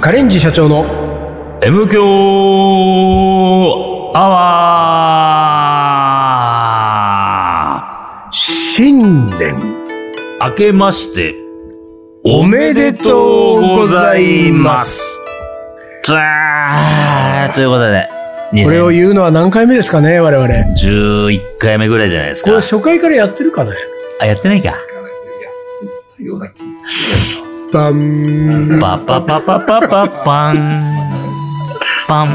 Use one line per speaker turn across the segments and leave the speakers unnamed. カレンジ社長の
M 強アワ
新年
ー明けまして、おめでとうございます。つわーということで、
これを言うのは何回目ですかね我々こ
11回目ぐらいじゃないです
れ
か。
初回からやってるかね
あ、やってないか。
バン
パパパパパパパン。パン。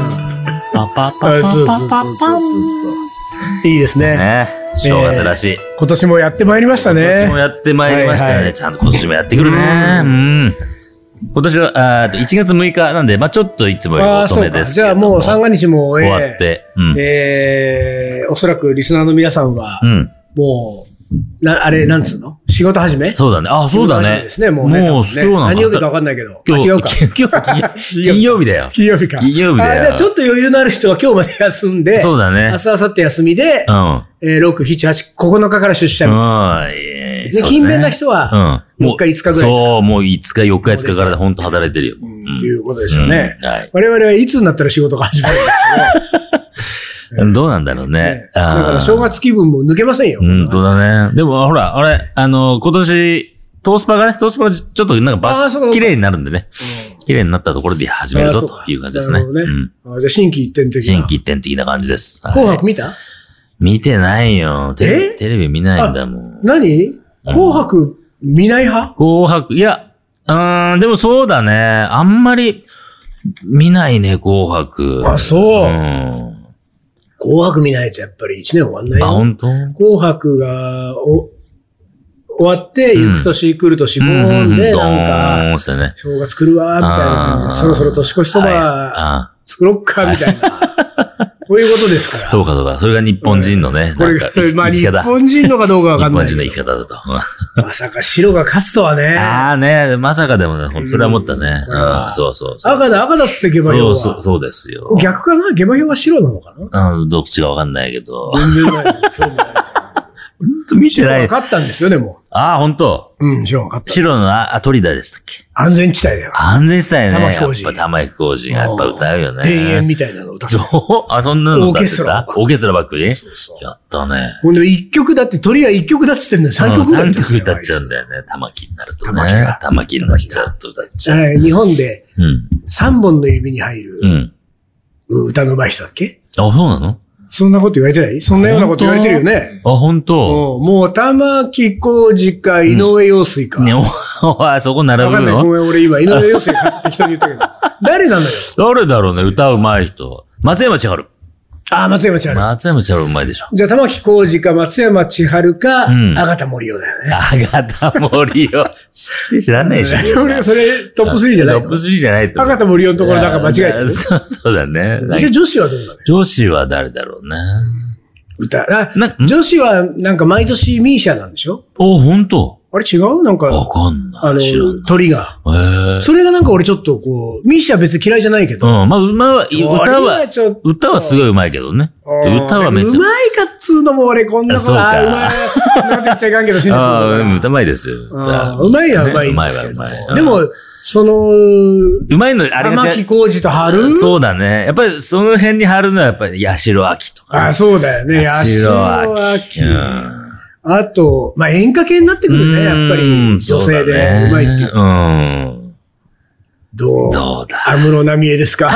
パパパパ
あそうそうそう
パ
そう
パ
そう
ン。
そういいですね
ね、正月らしい。
今年もやってまいりました
今年
ね
もやってまいりましたね。
はいはい
ちゃんと今年もやってくるね。
う
うん。今年は、あーと1月6日なんで、まあちょっといつもより
ああ
遅
そ
め
うか
です
じ
け
ゃ
れ
あ
ども。
もう三が日も終
終
え
わって。うん。
えーおそらくリスナーの皆さんは
うん。
もうなあれなんつうの仕事始め
そうだね。あ、そうだ
仕事始め
ね。
ですねもうね
もう
多分ね
今日なんか。
何曜日かわかんないけど
今日、
あ違うか
今日金曜 金曜日だよ。
金曜日か
金曜日だよ
あじゃあちょっと余裕のある人は今日まで休んで
そうだね
明。日明後日休みで
うん。うん
えー、6、7、8、9日から出社みたいな。
えー
で
そうだね
勤勉な人は
うん。
4日5日ぐらい
そう、もう5日、4日、5日から本当働いてるよ。
うんっていうことですよね。
うんはい
我々はいつになったら仕事が始まるんです
どうなんだろう
か
ね
ね。。 だから正月気分も抜けませんよ。
うん、そうだね。でも、ほら、あれ、あの、今年、トースパがね、トースパがちょっとなんか
あー
バ
そうかそうか
ス、綺麗になるんでね。
うん
綺麗になったところで始めるぞという感じですね。
あそうかなる
う
ほど
ん。
あじゃあ新規一点的
新
な。
規一点的な感じです。はい
紅白見た、
見てないよ。テレ
え
テレビ見ないんだもん。
何紅白見ない派
紅白、いや、うーん、でもそうだね。あんまり、見ないね、紅白。
あそう
うん。
紅白見ないとやっぱり1年終わんない
あ、
よ。
本当
紅白がお終わって、行く年来る年もんで、なん
ド
か、
ーンしてね。
正月来るわ、みたいな感
あ
じで、
ー
そろそろ年越しそ
はい
ば
あー
作ろっか、みたいな。こういうことですから。
そうかそうか。それが日本人のね、
こ
な
れ
んか
が
生き、
まあ
生き
日
方。
本人のかどうかわ
日
かんない
本
け
人の生き
ど。
方だと。
まさか白が勝つとはね。
ああね、まさかでもね、ほんそれは思ったね。
う
うんん、そうそうそう。
赤だ、赤だっつって下馬評
そう
は。
そう、そうですよ。
これ逆かな下馬評は白なの かな
うん、どっちかわかんないけど。ほ
全然ない。興味ない
んと見て
白が
ない。あ
勝ったんですよ、でも。
あー、ほんと。
うん、白が勝った。
白のあ、あトリダでしたっけ
安全地帯だよ。
安全したよね。
玉
や
置浩二
っぱ玉置浩二がやっぱ歌うよね。
田園みたいなの歌って
そ
た。
うあ、そんなの歌ってたオ
オ
ーケストラバックで
そうそう
やったね。
ほんで、一曲だって、鳥は一曲だって言ってんだよ。三曲ぐらい
3
歌って
曲歌
た
っちゃうん
だ
だよね。玉置になると
玉置
ね
が。
玉置になっちゃうと歌っち
よ
ゃう。
あれ日本で
うん。
三本の指に入る
うん。
歌の上手い人だっけ
あ、そうなの
そんなこと言われてないそんなようなこと言われてるよね。
あ、本当。
うんもう、玉置浩二か、井上陽水か。
ね、お、 おあそこ並
わか
ぶ
んない。ご
の
めん、俺今、井上陽水が適当に言 ったけど。誰なのよ。
誰だろうね、歌うまい人。松山千春。
あ、松山千春。
松山千春うまいでしょ。
じゃあ、玉置浩二か、松山千春か、
うん
あがた森生だよね。
あがた森を。知知らないでしょ。みんな
俺、それ、 トップ3じゃない
ト
の
ップ3じゃないと
あ
思う。
がた森生のところなんか間違えて
あ
る。じ
そう、そうだね。なん
ゃ
か
あ、女子はどうなの
女子は誰だろうね。
歌。あ
な
女子は、なんか毎年ミーシャなんでしょ
お、本当
あれ違うなん
わ
か、
かん
あ
ない。知ら
の、鳥が。
ない。へえ。
それがなんか俺ちょっとこう、ミーシャ別に嫌いじゃないけ
う
ど。
ん、まあ、うまい、歌
鳥
は、
ちょっと
歌はすごいうまいけどね。歌はめっちゃ
う。まいかっつうのも俺こんなこと
あそう
あ
か
うまい。そんなこと言っちゃいかんけど、死んで
ああ、うん
そ
歌うまいですよ。
うだな。うまいはうまいん
うま
で
い
す
は
け
う
ど
まい。。
でも、その、
うまいの、あれ
玉
が
置浩二と春
そうだね。やっぱりその辺に貼るのはやっぱり八代亜紀とかね。
あ、そうだよね。八代亜紀。
うん
あと、まあ、演歌系になってくるね、やっぱ
う
り。
ん
女性で
そうだね
うまいっていう。
うん。
どう
どうだ
安室奈美恵です か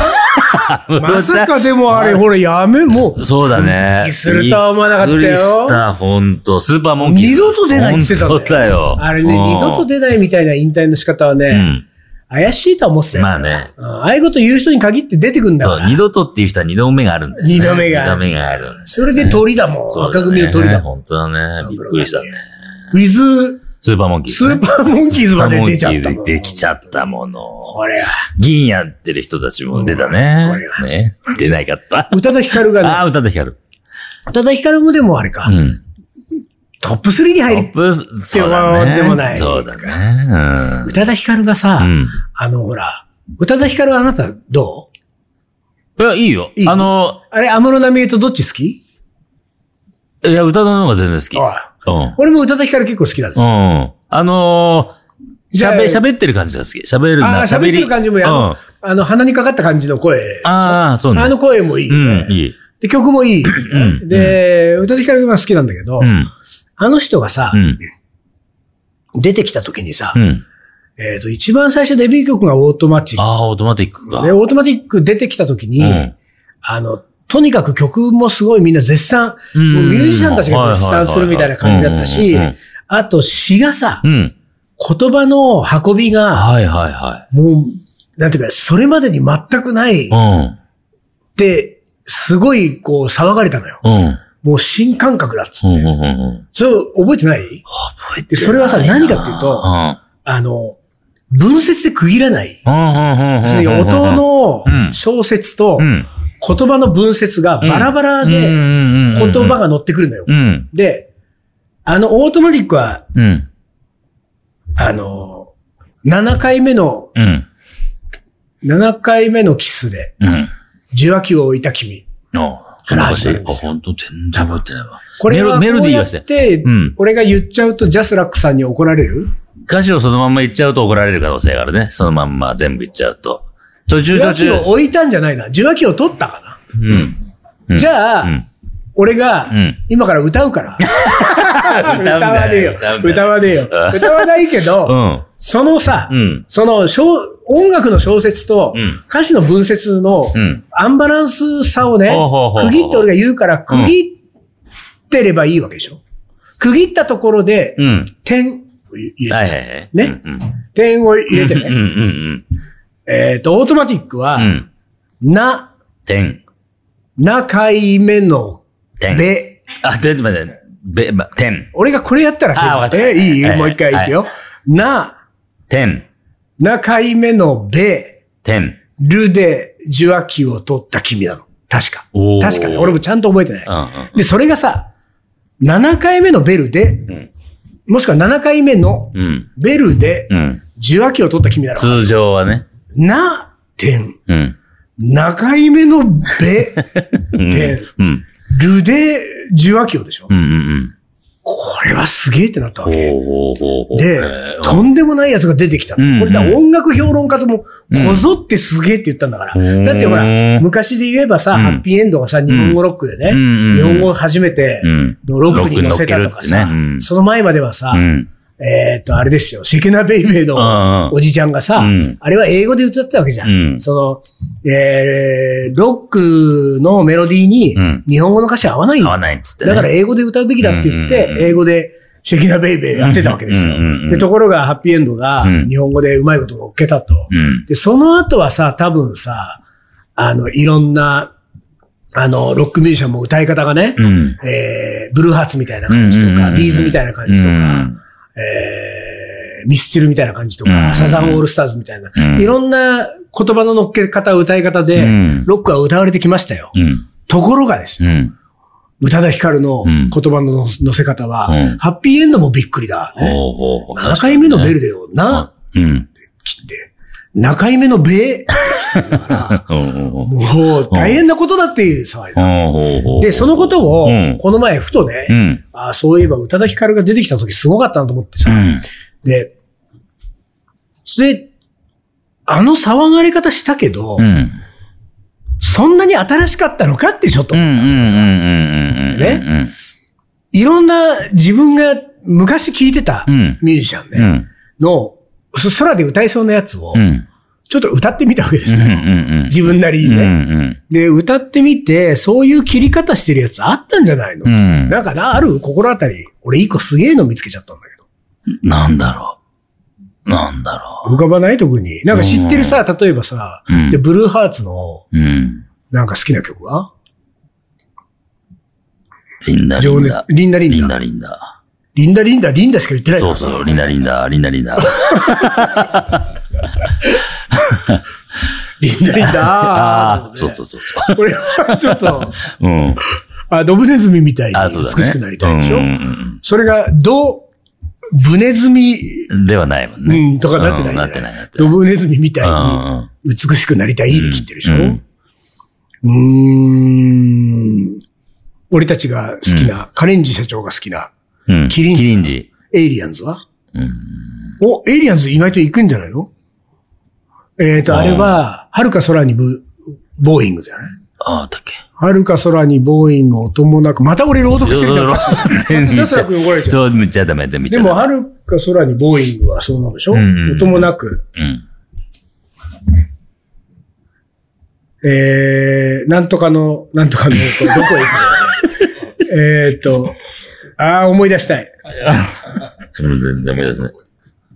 まさかでもあれ、ほら、やめ、もう。
そうだね。
復帰するとは思わなかったよ
びっくりした、ほんと。スーパーモンキーズ。
二度と出ないって言ってたんだよ
本当だよ。
あれね、
うん
二度と出ないみたいな引退の仕方は
う
ね、
ん。
怪しいとは思ってたよ。
まあね。
うんああいうこと言う人に限って出てくんだか
そう、
ら。
二度とっていう人は二度目があるんだよね。
二度目が
二度目がある。
それで鳥だもん。
そうだね
赤組の鳥だもん。
本当だね。びっくりしたね。
ウィズ、
スーパーモンキー
ス
ズね。
ーパーモンキーズまで出ちゃっ
スーパ
た
ー
もん。
モンキーズできちゃったもの。
これは。
銀やってる人たちも出たね
これ。
ね。出なかった。
宇多田ヒカルが
ああ、
ね、
歌で光る。
宇多田ヒカルもでもあれか
う。ん。
トップ3に
ト
入
ッ
る。
プ、そうだね。
でもない
そうだね。
宇多田ヒカルが
う
さ、
ん。
あの、ほら、宇多田ヒカルはあなたどう
うん。いや、いいよ
い。い
あの、
あれ、安室奈美恵とどっち好き
いや、歌の方が全然好き。
あ
うん。
俺も宇多田ヒカル結構好きなんですよ。
うん。あのー、
じゃあ
喋、喋ってる感じが好き。喋るな。
あー喋ってる感じもや
う
る
ん。
あの、鼻にかかった感じの声。
ああ、そうね。
あの声もいい、
うん、いい。
で、曲もいい。
ん
で、歌で光が好きなんだけど、
うん。
あの人がさ
う、ん。
出てきた時にさ
う、ん。
えっと、一番最初デビュー曲がオートマティッ
ああー、オートマティックか。
ク。で、オートマティック出てきた時に、あの、とにかく曲もすごいみんな絶賛、
うん
もうミュージシャンたちが絶賛するみたいな感じだったし
うんうん
あと詩がさ、
うんうん。うん
言葉の運びが、
はいはいは
もう、なんていうか、それまでに全くないっ
い。
て、すごいこう騒がれたのよ。
うん。うん。
もう新感覚だっつ
う
っ
ん
て。
うんうんうん。
それ覚えてない
覚え
でそれはさ何かっていうとあの、文節で区切らない。
うん、うん、うん、うん。
要するに音の
うん
小説と
うん、
言葉の文節がバラバラ
うん
で
うんうんう
言
ん
葉が乗ってくるのよ。
うん、
で、あの、オートマティックは、
うん、
あの、7回目の、
うん、
7回目のキスで、
うん。
受話器を置いた君。
あ、そんな感じ。
から始ま
あ
るんですよ
ほんと全然覚えてないわ。
これは
メロメロディ
こう
ー
や
が
っ
して
て
うん、
俺が言っちゃうとジャスラックさんに怒られる
歌詞をそのまんま言っちゃうと怒られる可能性があるね。そのまんま全部言っちゃうと。途中
受
途
話器
中。
を置いたんじゃないな。受話器を取ったか
うん。う
な。
ん
じゃあ
う、ん。
俺が
うん、
今から歌うから。
歌うんだよ
歌わねえよ
歌う
歌わ
ん。だよ
ねえよ。
うん
歌わないけ
う
ど、
ん。
そのさ
う、ん。
その小、音楽の小説と
うん
歌詞の文節の
うん
アンバランスさをね
ほうほうほうほ、う
区切って俺が言うから、区切ってればいいわけでしょ。区切ったところで、
うん。
点を入れ
はい
て、
はいはい。
ね
うん。
点を入
う
れ
ん
て
うん
ね。
うん
えっと、オートマティックは
うん。う、ん。
な、
点。
な回目の、
点。
で、
あ、ちょっと待って。べ、ま、点。
俺がこれやったら
あわかった
えいい
はい
もう一回言ってよ。な、
点。
な回目のべ、
点。
るで受話器を取った君なの。確か。
おー
確かね。俺もちゃんと覚えてない。
うんうん。
で、それがさ、7回目のベルで、
ん
もしくは7回目の
うん。
ベルで
うん。
受話器を取った君だろ。
通常はね。
な、点。
うん。
7回目のベ、
うん
点。
うん。
ルで受話器をでしょ。
うんうん
これはすげえってなった
うん。お
わ
ー
け。
おーおーおー
で
えー、
とんでもないやつが出てきた
うん
の。これだ、音楽評論家とも、
うん
こぞってすげえって言ったんだから。
うん
だってほら、昔で言えばさ、
うん
ハッピーエンドがさ、日本語ロックでね、
うん
日本語を初めて
うん。
のロックに乗せたとかさ、
ロックに乗っけるってねうん
その前まではさ、
うん。
えーっと、あれですよ、シェケナベイベー
うんう
の
ん
おじちゃんがさ、
うん
あれは英語で歌ってたわけじゃん。
うん
その、えー、ロックのメロディーに
うん
日本語の歌詞合わないん
合
だ,、
わないっつってね。
だから英語で歌うべきだって言って、
うんうんうん
英語でシェケナベイベーやってたわけですよ。
うんうんうん
で、ところがハッピーエンドが
うん
日本語でうまいこと乗っけたと。
うん。
で、その後はさ、多分さ、あの、いろんな、あの、ロックミュージシャンも歌い方がね、
うん。
えー、ブルーハーツみたいな感じと
うんうんうん
か、
うん
ビーズみたいな感じと
う
か
ん、
えー、ミスチルみたいな感じと
うんうんう
か、
ん
サザンオールスターズみたいな、
うん
いろんな言葉の乗っけ方、歌い方で
うん、
ロックは歌われてきましたよ。
うん。
ところがです
う
ね、
ん。
宇多田ヒカルの
うん
言葉の乗せ方は
うん、
ハッピーエンドもびっくりだ。ね
おーおー
7回目のベル
で。
デをな、
うん。
切って、7回目のベ、
おーおーおー
もう大変なことだっていう騒いだ。
おーおー
で、そのことを
うん、
この前ふとね
う、ん。
あそういえば宇多田ヒカルが出てきた時すごかったなと思って
う
さ、
ん。
で、それ、あの騒がれ方したけど、
うん。
そんなに新しかったのかってちょっと、
うんうんうんうんうんうんうん。
ねいろんな自分が昔聴いてた
うん
ミュージシャンね、
うん。
の、そ空で歌いそうなやつを
うん。う、ん。
ちょっと歌ってみたわけですよ。
うん。
自分なり
う
に
ん。う
ね、
ん。
で、歌ってみて、そういう切り方してるやつあったんじゃないの、
うん。
なんかな、ある心当たり、俺一個すげえの見つけちゃったんだけど。
なんだろう。なんだろ
浮かばない特に。なんか知ってるさ、例えばさ、
うん
で、ブルーハーツの、
う。うん。
なんか好きな曲は
リンダ、リ
情
ン
熱
ダ。、
リンダリ
リ
ン
ン
ダ。
ダ、リンダ。
リンダリンダ、リンダしか言ってないか
そ
ら
うそう、リンダ、リンダ、リンダ、リンダ。
リンダリンダ
ああ、そうそううそうそう。
これはちょっ と、
うん。
あ、ドブネズミみたいに
あそうだね。
美しくなりたいでしょ
うんうん
それが、ド、ブネズミ、
うんではないもん
う
ね。
ん、とかなってないじゃ
うんなって
な
ない
い
なってな
ド
い
ブネズミみたいに
うん
美しくなりたいで切ってるでしょ
うん
うーん。俺たちが好きな、カレンジ社長が好きな、
うん。うん
キリンジ
キリンジ。
エイリアンズは
うん。
お、エイリアンズ意外と行くんじゃないのえっ、と、
あー
あれは、遥か空にブボーイングじゃない
ああ、だっけ。
遥か空にボーイング音もなく、また俺朗読してるじゃん。
見
笹君怒られちゃう
そう、見ちゃダメだ、見ち
で
ゃ
も、
ダメ。
遥か空にボーイングはそうなんでしょ、
うんうんうん
音もなく。
うん。
えー、なんとかの、なんとかの音、どこへ行くの えっと、ああ、思い出したい。
うんダメだね。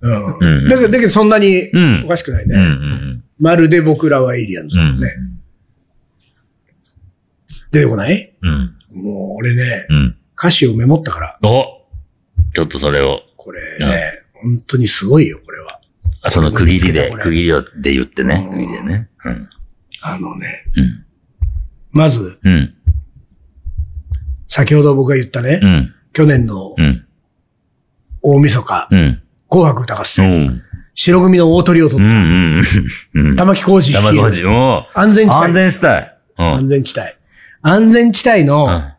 うん
うんうん
だけど、だけどそんなに
うん
おかしくないね。
うんうん
まるで僕らはエイリアンズ
う
だもん
ん。
ね。出てこない
うん。
もう俺ね、
うん。
歌詞をメモったから、
おちょっとそれを、
これね、本当にすごいよ、これは。
あその区切りで、
これ
区切りをで言ってね。
うん
区切りでね。うん。
あのね、
うん。
まず、
うん。
先ほど僕が言ったね、
うん。
去年の
うん。
大晦日、
うん。
紅白歌合
う
戦、
ん。
白組の大鳥を取
う
っ
ん。うん。
た、玉置浩二率い
玉
る
子味。お
安全地帯
安全したい。う
安
ん。
全地帯。安全地帯の、あ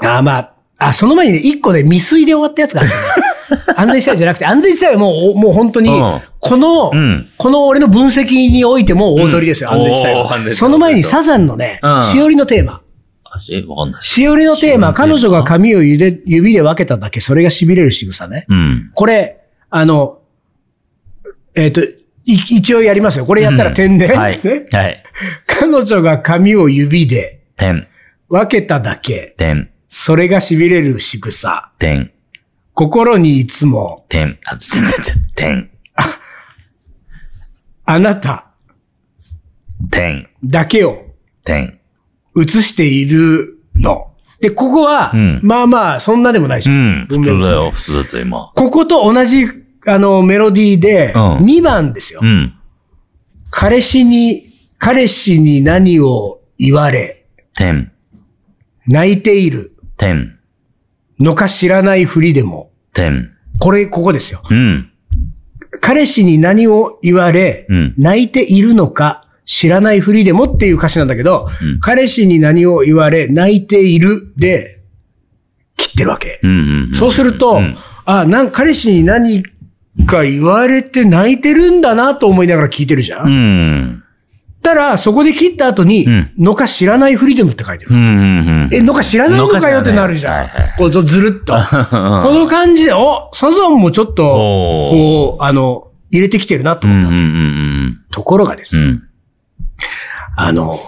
ーまあ、あ、その前にね、一個で未遂で終わったやつ があるんだよね。安全地帯じゃなくて、安全地帯はもう、おもう本当に
うん、
この、
うん
この俺の分析においても大鳥ですよ、
うん
安全地帯
おー安全地
は。
帯
その前にサザンのね、
うん
しおりのテーマ。
あ、え、わかんない。
しおりのテーマ、
しおり
彼
のテーマ
女が髪をゆで指で分けただけ、それが痺れる仕草ね。
うん。
これ、あの、えっ、と、い一応やりますよ。これやったら点ね。
はい。
ね
はい。
彼女が髪を指で
点、
分けただけ、
点、
それが痺れる仕草。
点、
心にいつも、
点。あ、ちょっと、ちょっと、点、
あなた
点、
だけを
点。
映しているの。で、ここは、
うん
まあまあ、そんなでもないでし
う
ょ。
ん。
文
普
面
通だよ、普通だと今。
ここと同じ、あの、メロディーで、
うん
2番ですよ。
うん。
彼氏に、彼氏に何を言われ、
点、
泣いている
点、
のか知らないふりでも、
点。
これ、ここですよ。
うん。
彼氏に何を言われ、
うん
泣いているのか知らないふりでもっていう歌詞なんだけど、
うん
彼氏に何を言われ、泣いているで、切ってるわけ。
うん。うん。
そうすると、
うん
あ、なん、彼氏に何か言われて泣いてるんだなと思いながら聞いてるじゃん。
うん。
たら、そこで切った後に、
うん
のか知らないふりでもって書いてる
うん。う。ん。
え、のか知らないのかよってなるじゃん。
のか知らないはいはい
こう、ずずるっ と。この感じで、お、サザンもちょっと、
おー
こう、あの、入れてきてるなと
うん。
思
うん。
っ
う
た。
ん。
ところがです
う
ね、
ん。
あの、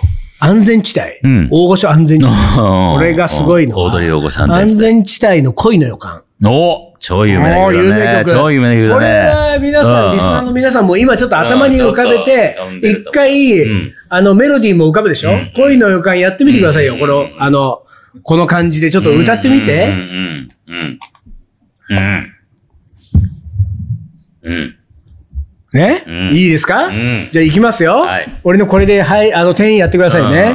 安全地帯、
うん
大御所安全地帯。
こ
これがすごいのは
大鳥陽子さん
安
です。
全地帯の恋の予感。
お超有名な
おー
曲だね。超有名な曲だね。
これは皆さ、
うんん
リスナーの皆さんも今ちょっと頭に浮かべて
うん、ちょっと
一回
うん、
あの、メロディーも浮かぶでしょ
うん
恋の予感やってみてくださいよ。
うん
この、あの、この感じでちょっと歌ってみ
う
て。
んうんうん。うん。うん。
ね
うん
いいですか
ん
じゃあ行きますよ
はい。
俺のこれで、はい、あの、店員やってくださいね。
ね。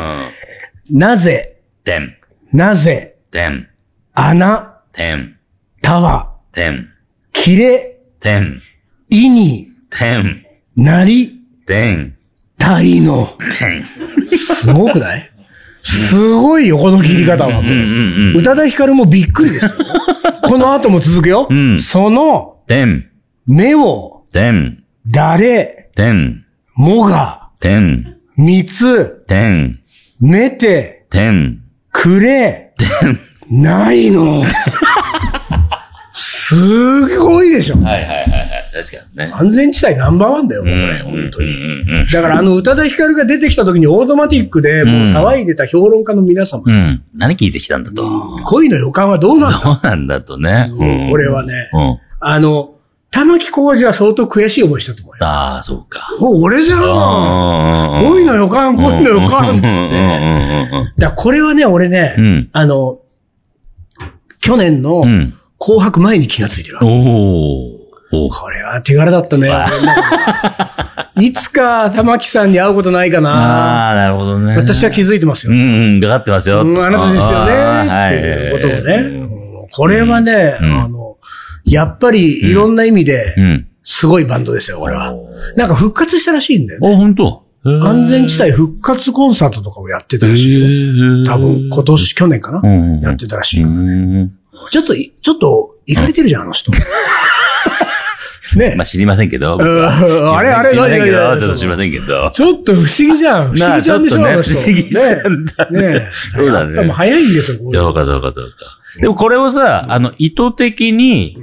なぜ、
てん、
なぜ、
てん、
あな
てん、
たは、
てん、
きれ
てん、
いに
てん、
なり
てん、
たいの。
てん。
すごくないすごいよ、この切り方は。
うんうんうん。
宇多田ヒカルもびっくりですよ。この後も続くよ。
うん
その
てん、
目を
てん、
誰
てん、
もが
てん、
見つ
てん、
めて
てん。
くれない の。すごいでしょ。
はいはいはいはい。確かにね。
安全地帯ナンバーワンだよ、これ、
うん
本当に。
うんうん
だからあの宇多田ヒカルが出てきた時にオートマティックでもう騒いでた評論家の皆様、
うん。うん。何聞いてきたんだと。
恋の予感はどうなんだ、
そうなんだとね。うん。
これはね、
うん。
あの、玉置浩二は相当悔しい思いしたと思うよ。
ああ、そうか。
お俺じゃん
多
恋の予感、恋の予感っつって。
ね。
だからこれはね、俺
う
ね、
ん。
あの、去年の
うん。
紅白前に気がついてるわ。
おお。
これは手柄だったね。 いつか玉木さんに会うことないかな。
ああ、なるほどね。
私は気づいてます
う
よ。
ん、うん、かかってますよ。
うんあなたですよね。
あー
っていうことをね。うんこれはね、
うん
あの、やっぱりいろんな意味で
はい。うん。
すごいバンドですよ、これは
お。
なんか復活したらしいんだよね。
あ、本当。
安全地
帯
帯復活コンサートとかもやってたらしいよ。
多
多分今年、去年かな、
年
やってたらし
う
いから。
ん。
ちょっとい、ちょっと、いかれてるじゃん、あの人。 ね
まあ、知りませんけ
う
ど。
んあれあれ
知りません
何
け
々
ど、ちょっと知りませんけど。
ちょっと不思議じゃん。不思議ちゃんでしょ、
な
あの
あ
人。
ちょっとね、不思議ちゃんだ
ね
ね。
ね
そうだね
でも早いんですよ、こういう
どう
の
かどうかどうか。でもこれをさ、あの、意図的に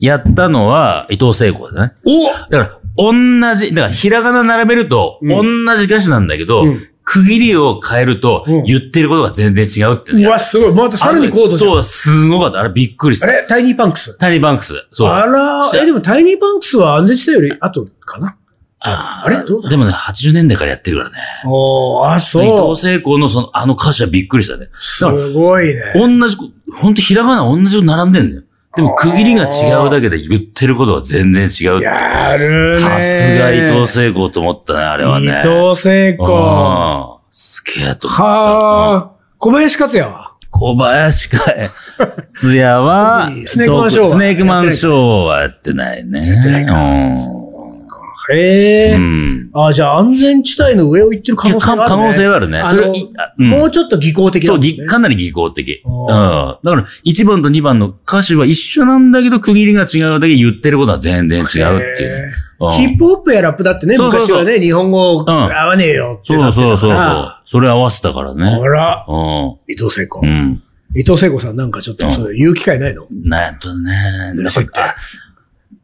やったのは伊藤聖子だね。
お
だから、同じ、だから、ひらがな並べると、
う
同じ歌詞なんだけど、
うん
区切りを変えると
うん、
言ってることが全然違うってね、
うわ、すごい。またさらにコードじゃん
そう、すごかった。あれびっくりし
あ
た。
れタイニーパンクス。
タリーバンクス。そう。
あら
し、た
え、でもタイニーパンクスは安全地帯より後かな
あ
あれどうだ
でもね、80年代からやってるからね。
おー、あ、
伊
そう
藤。聖子のその、あの歌詞はびっくりしたね。だから、
すごいね。
同じこ、ほんとひらがな同じこと並んでんだよ。でも区切りが違うだけで言ってることは全然違うって。
やるね。
さすが伊藤聖子と思ったね、あれはね。
伊藤聖子。は
子。すげえと思った。
あ。小林克也は
小林か え、つやは、
特にスネークマンショーは
どこスネークマンショーはやってないね。やって
ないか
う
へえ。
ん。
あ、じゃあ安全地帯の上を行ってる可能性がある、ね。
可能性はあるね。
あ
それ
の
は、いあうん
もうちょっと技巧的だ
そ
も
う、
んね、
ぎかなり技巧的。
あー
うん。だから、1番と2番の歌詞は一緒なんだけど、区切りが違うだけ言ってることは全然違うっていうね。うん
ヒップホップやラップだってね、
そうそうそう
昔はね、日本語
ん
合わねえよって
そ
な
う
ってた
そ
から。
うそうそう。それ合わせたからね
あ。ら、
う
伊藤聖子。
ん。うん。
伊藤聖子さんなんかちょっとそう言う機会ないの
なんとね。なん
そう言
かあ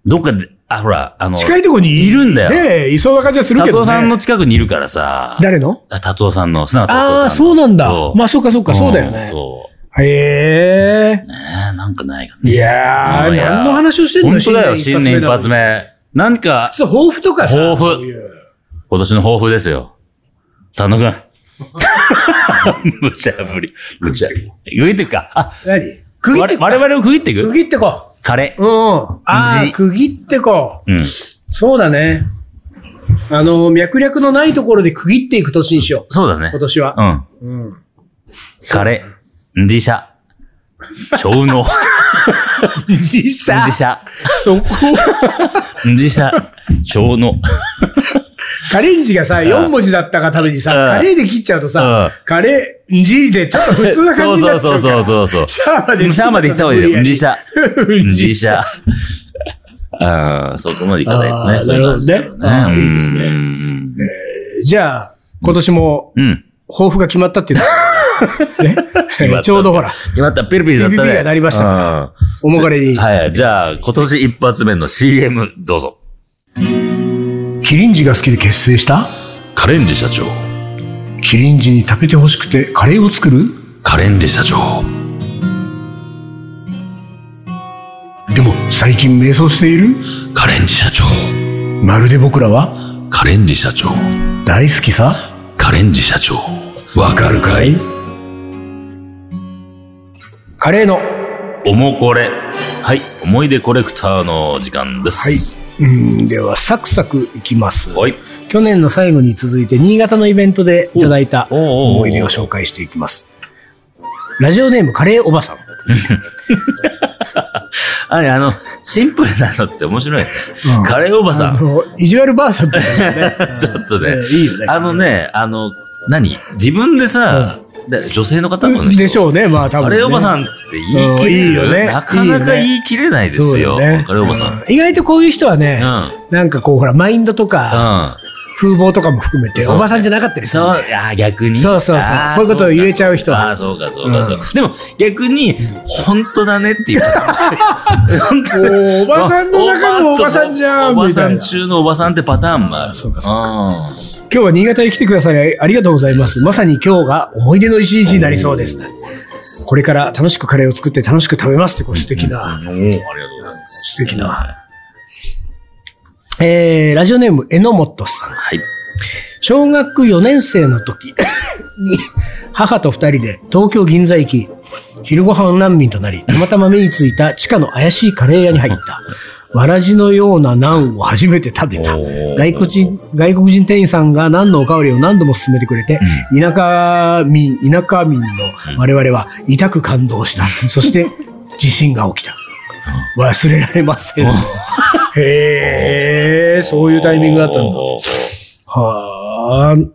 どっかで、あ、ほら、あの、
近いとこに
いるんだよ
で、いそうな感じはするけ
達
どね。
夫さんの近くにいるからさ。
誰の
あ達夫さんの、砂達夫さんの。
ああ、そうなんだ
そ。う
まあ、そうかそうか、そうだよね
ん。そ
へえ
う。。ねえ、なんかないかない
やー、
うんいやー
何の話をしてんの
本当だよ、
新
新
年
年
一
一
発
発
目なのに。
目。なんか
普、通、抱負とかさ。
抱負
そういう
今年の抱負ですよ。田野くん。 無茶ぶり。無茶ぶり。区切っていくか。あ、
何区切ってこ
我々を区切ってい
区
く
切ってこ
カレ
う。うん。ああ
じ
ー、区切ってこう。
ー。うん。
そうだね。あの、脈略のないところで区切っていく年にしよう。
そうだね
今。年は。
うん。
う ん。
カレー。自社。小脳。
自社
自。社。
そこ。
自社。小脳。
カレンジがさ、4文字だったがためにさ、
うん
カレーで切っちゃうとさ
う、
カレンジでちょっと普通な感じになっちゃうから。
そうそうそうそうそう
シャーまで。
シャーまで行った方がいいよ。自社。自
自
社。 ああ、そこまでいかないです
あ
ね。
ー
そういう感じだろ
な
う
るほどねあーいいですね
うん
じゃあ、今年も
うん。
抱負が決まったっていう
たん
ね
だ
ちょうどほら、
決まった、ピルピルだった
ピ
ね。
ルピルが鳴りましたか
う
お
ん
もがれに。
はい。じゃあ、今年一発目の CM、どうぞ。
キリンジが好きで結成した
カレンジ社長。
キリンジに食べてほしくてカレーを作る
カレンジ社長。
でも最近迷走している
カレンジ社長。
まるで僕らは
カレンジ社長。
大好きさ。
カレンジ社長。わかるかい
カレーの。
おもこれ。はい。思い出コレクターの時間です。
うん、では、サクサクいきます。
はい。
去年の最後に続いて、新潟のイベントでいただいた
おうおうおう
思い出を紹介していきます。ラジオネーム、カレーおばさん。
あれ、あの、シンプルなのって面白いね。
うん
カレーおばさ
あ
ん。
の、意地悪ばあさんみたいなね
ちょっとね
うんいいよね。
あのね、あの、何自分でさ、で女性の方の
でし
う。
ょうね、まあ多分、
カ
ね。
レーおばさんって言い
うん
切れる
いいよね
なかなか言い切れないですよ。
そうだね
カレーおばさん。
う意外とこういう人はね、
う
なんかこう、ほら、マインドとか、
ん。うん。
風貌とかも含めて、
そう
おばさんじゃなかったりする。
そう、あー逆に。
そうそうそう
あー
こういうことを言えちゃう人は
ああー、そうか、そうか、そうか
う。
でも、逆に、本当だねっていう。本当だ
おばさんの中のおばさんじゃん
おば
みた
さ
い
ん
な。今
中のおばさんってパターンもあ
あ
る。
そうかそう
か。
日は新潟へ来てくださりありがとうございます。まさに今日が思い出の一日になりそうです。これから楽しくカレーを作って楽しく食べますって、こう素敵
おーあ
な。
りがとうございます。
素敵な。えー、ラジオネーム、エノモットさん。
はい。
小学4年生の時 に母と二人で東京銀座行き、昼ご飯難民となり、たまたま目についた地下の怪しいカレー屋に入った。わらじのようなナンを初めて食べた。外国人、外国人店員さんが何のおかわりを何度も勧めてくれて、田舎民、田舎民の我々は痛く感動した。そして、地震が起きた。忘れられません。へえ、そういうタイミングだったんだ。は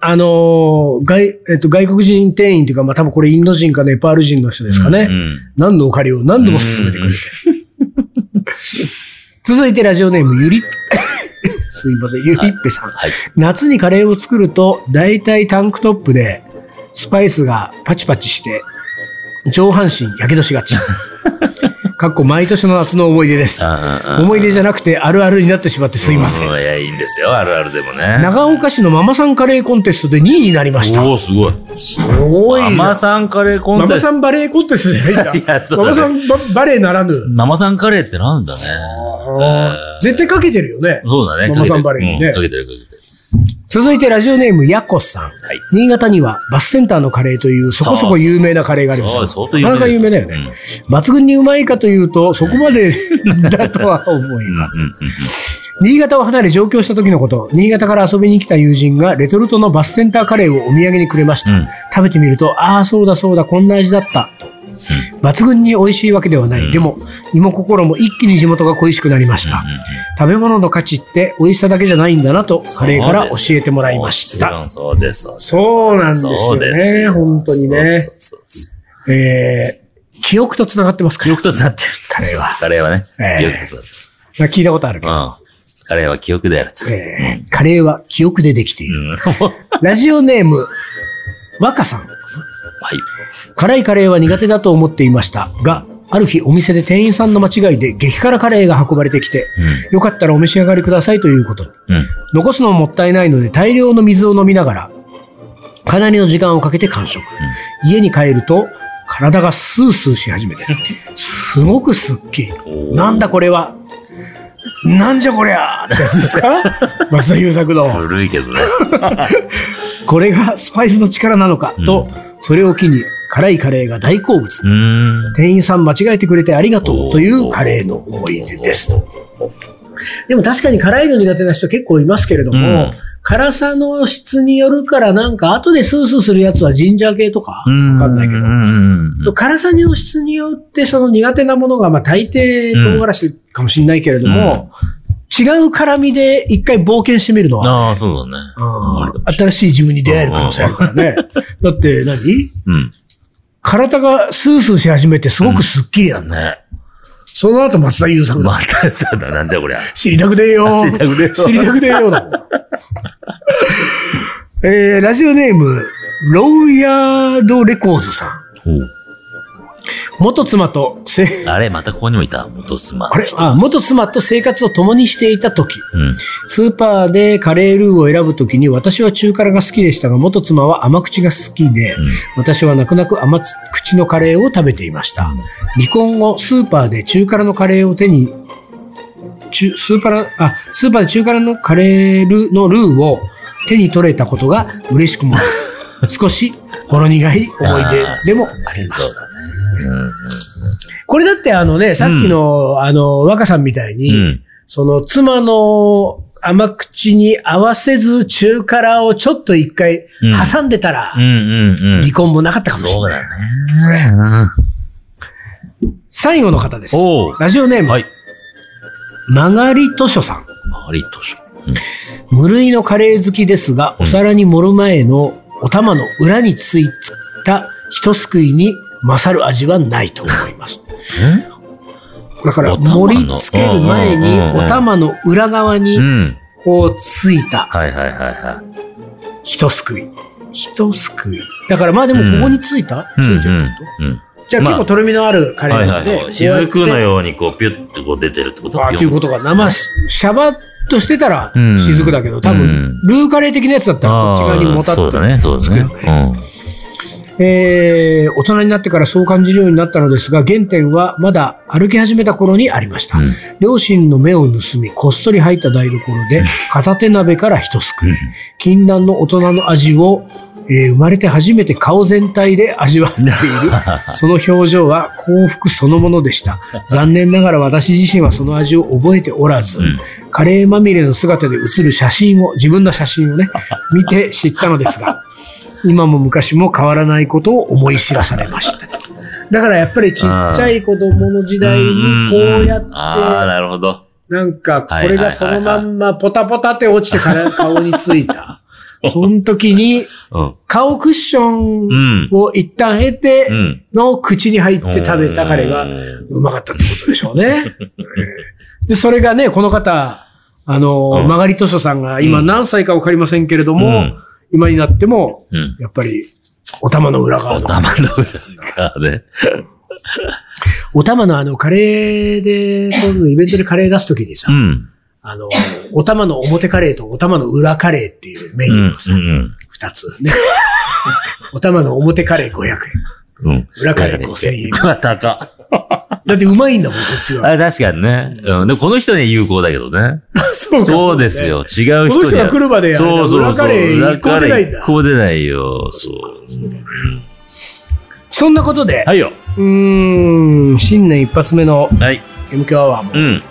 あ、あのー外、えっと、外国人店員というか、まあ、多分これインド人かネパール人の人ですかね。
うん
何度お借りを何度も勧めてくれて。 続いてラジオネーム、ゆり、 すいません、ゆりっぺさん。
はい。
夏にカレーを作ると、だいたいタンクトップで、スパイスがパチパチして、上半身やけどしが ち。かっこ毎年の夏の思い出です。思い出じゃなくてあるあるになってしまってすいません
う。いや、いいんですよ。あるあるでもね。
長岡市のママさんカレーコンテストで2位になりました。
おおすごい。
すごいじゃん。
ママさんカレーコ
ママ
ンテ
さ
スト。
んバレエコンテストですね。
いやそう
ママ
だね
さんババレエならぬ。
ママさんカレーってなんだね。
あー絶対かけてるよね。
そうだね。
ママさんバレーにね
うんかけてるかけてる。
続いてラジオネーム、やこさん。
はい。
新潟にはバスセンターのカレーというそこそこ有名なカレーがあります。
そう、相当有
な
名
かなか有名だよね。抜群にうまいかというと、そこまでだとは思い
うんうん
ます。
うんうん
新潟を離れ上京した時のこと、新潟から遊びに来た友人がレトルトのバスセンターカレーをお土産にくれました。
うん
食べてみると、ああ、そうだそうだ、こんな味だった。と抜群に美味しいわけではない。
うん
でも、身も心も一気に地元が恋しくなりました。食べ物の価値って美味しさだけじゃないんだなと、カレーから教えてもらいまし
もち
た。
ろんそうです。そうです
そうなんですよね
そうですよ
本当にね。
そうそうそう
えー、記憶と繋がってますか
記憶とつなってる。カレーは。カレーはね。
ええ
記憶とつなって
なんか聞いたことあるけど。
る。うん。カレーは記憶であると。
えーカレーは記憶でできていうる。
ん。はい。
ラジオネーム、若さん。辛いカレーは苦手だと思っていましたが、ある日お店で店員さんの間違いで激辛カレーが運ばれてきて、よかったらお召し上がりくださいということに。
うん。うん。
残すのももったいないので大量の水を飲みながら、かなりの時間をかけて完食。家に帰ると、体がスースーし始めて、すごくすっきり。
おー
なんだこれは。なんじゃこりゃーってやつです か松田優作の。
古いけどね。
これがスパイスの力なのかと、それを機に辛いカレーが大好物
う。ーん。
店員さん間違えてくれてありがと
お
う
ー
というカレーの思い出ですと。でも確かに辛いの苦手な人結構いますけれども、
うん
辛さの質によるからなんか後でスースーするやつはジンジャー系とか、
う
わ
ん。
かんないけ
う
ど。
ん。うん
辛さの質によってその苦手なものが、まあ大抵唐辛子かもしれないけれども、違う辛味で一回冒険してみるのは、
ああ、そうだね。
あー新しい自分に出会える可能性あるからね。だって何
うん。
体がスースーし始めてすごくスッキリなんだよ
ね。
その後松田優作だ。
また、ただ、なんじゃこりゃ。
知りたくねえよ。
知りたくねえよ
知りたくねえよだもん。えー、ラジオネーム、ローヤードレコーズさん。元妻とせ、
あれ、またここにもいた。元妻。
あれあ、元妻と生活を共にしていた時、
うん。
スーパーでカレールーを選ぶ時に私は中辛が好きでしたが、元妻は甘口が好きで、
うん
私は泣く泣く甘口のカレーを食べていました。離婚後、スーパーで中辛のカレーを手に、中スーパー、あ、スーパーで中辛のカレールのルーを手に取れたことが嬉しくもあ る、少しほろ苦い思い
あー
出でもありま
そう
す。
だね。うん
これだってあのね、さっきの、あの、若さんみたいに、
うん。
その妻の甘口に合わせず中辛をちょっと一回挟んでたら、
うんうんうん
離。婚もなかったかもしれ
そう
ない。
だね。
最後の方です。
おう
ラジオネー
うん
ム、
はい。
曲がり図書さん。
マリ図書。
無類のカレー好きですが、
う
お
ん
皿に盛る前のお玉の裏についた一すくいに勝る味はないと思います。 だから、
お玉の
盛り付ける前
う
に
んうんうんう、ん
お玉の裏側
う
に、
ん。
こう、ついた
はいはいはいはい。
一すくい。一すくい。だから、まあでも、ここについた、
うん
つ
う
いてるってこ
ん。
とじゃあ、
まあ
結構とろみのあるカ
うん。
レ
は
ー
い
な
は
の
いは
で、
い。雫の
よ。
ようにこう、ピュッとこう出てるってこと
あーっていうことが、生し、シャバっとしてたら、
うん
雫だけど、多
う
分
ん、
ルーカレー的なやつだったら、こっち側にもたっ
そ
と
うだね、そう
つ
だ
く
ね。
よえー大人になってからそう感じるようになったのですが、原点はまだ歩き始めた頃にありました。
うん
両親の目を盗み、こっそり入った台所で、片手鍋から一すくい。禁断の大人の味を、えー生まれて初めて顔全体で味わっている。 その表情は幸福そのものでした。残念ながら私自身はその味を覚えておらず、
うん。
カレーまみれの姿で写る写真を、自分の写真を ね、見て知ったのですが、今も昔も変わらないことを思い知らされました。だからやっぱりちっちゃい子供の時代にこうやって、
ああ、
な
なるほど。
んかこれがそのまんまポタポタって落ちてから顔についた。その時に、
うん。
顔クッショ
う
ン
ん。
を一旦経て
うん。
の口に入って食べたカレー
う
が
ん
うまかったってことでしょうね。えーで、それがね、この方、あの、
うん
曲がり図書さんが今
うん
何歳かわかりませんけれども、
うん
今になっても、
うん。
やっぱり、お玉の裏側
お
の。
玉の裏側ね。
お玉のあの、カレーで、そういうのイベントでカレー出すときにさ、
うん。
あの、お玉の表カレーとお玉の裏カレーっていうメ
う
ニュ
ん
ーをさ、。二、つね。 お玉の表カレー500円。
うん。うん。
裏カレー5000円。
うわ、高っ。
だってうまいんだもん、そっちは。
あれ確かにね。うん。でもこの人には有効だけどね。
そか
そうです。よ。違う
この
人
人
に
が
は。
来るまでや
そうそうそう。
裏カレー一個も出ないんだ
裏カレー一個も出ないよ。そう。
そんなことで、
はいよ。
うーん、新年一発目の
はい。
MQ アワーも
うん。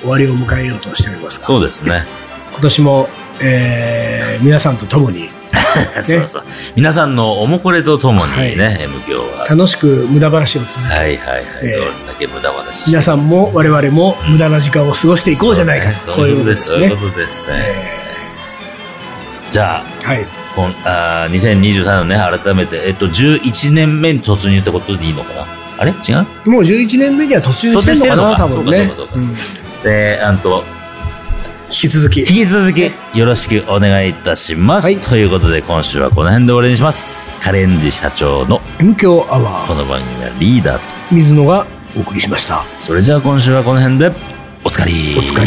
終わりを迎えようとしておりますが、
そうですね。
今年も、えー皆さんと共に
そうそう。皆さんのおもこれとともに
は
ね、M 響は。
楽しく無駄話を続け、
はいはいはい。
ええ
どんだけ無駄話して
皆さんも我々も無駄な時間を過ごしていこうじゃないかと、
そうねそういうことです。そういう
ね。
ことですね。
え
じゃあ、
ーはい。
こんあー2023年ね、改めて、えっと、11年目に突入ってことでいいのかなあれ違う
もう11年目には途中してるのかな、多
途
分
中してる
ね
のかそうかそうかそう。か
うん
えー、あんと、
引き続き
引。き続きよろしくお願いいたします。
はい
ということで、今週はこの辺で終わりにします。カレンジ社長の
M 強アワ
こ
ー、
の番組はリーダーと。
水野がお送りしました。
それじゃあ今週はこの辺で、おつかり。
お疲れ。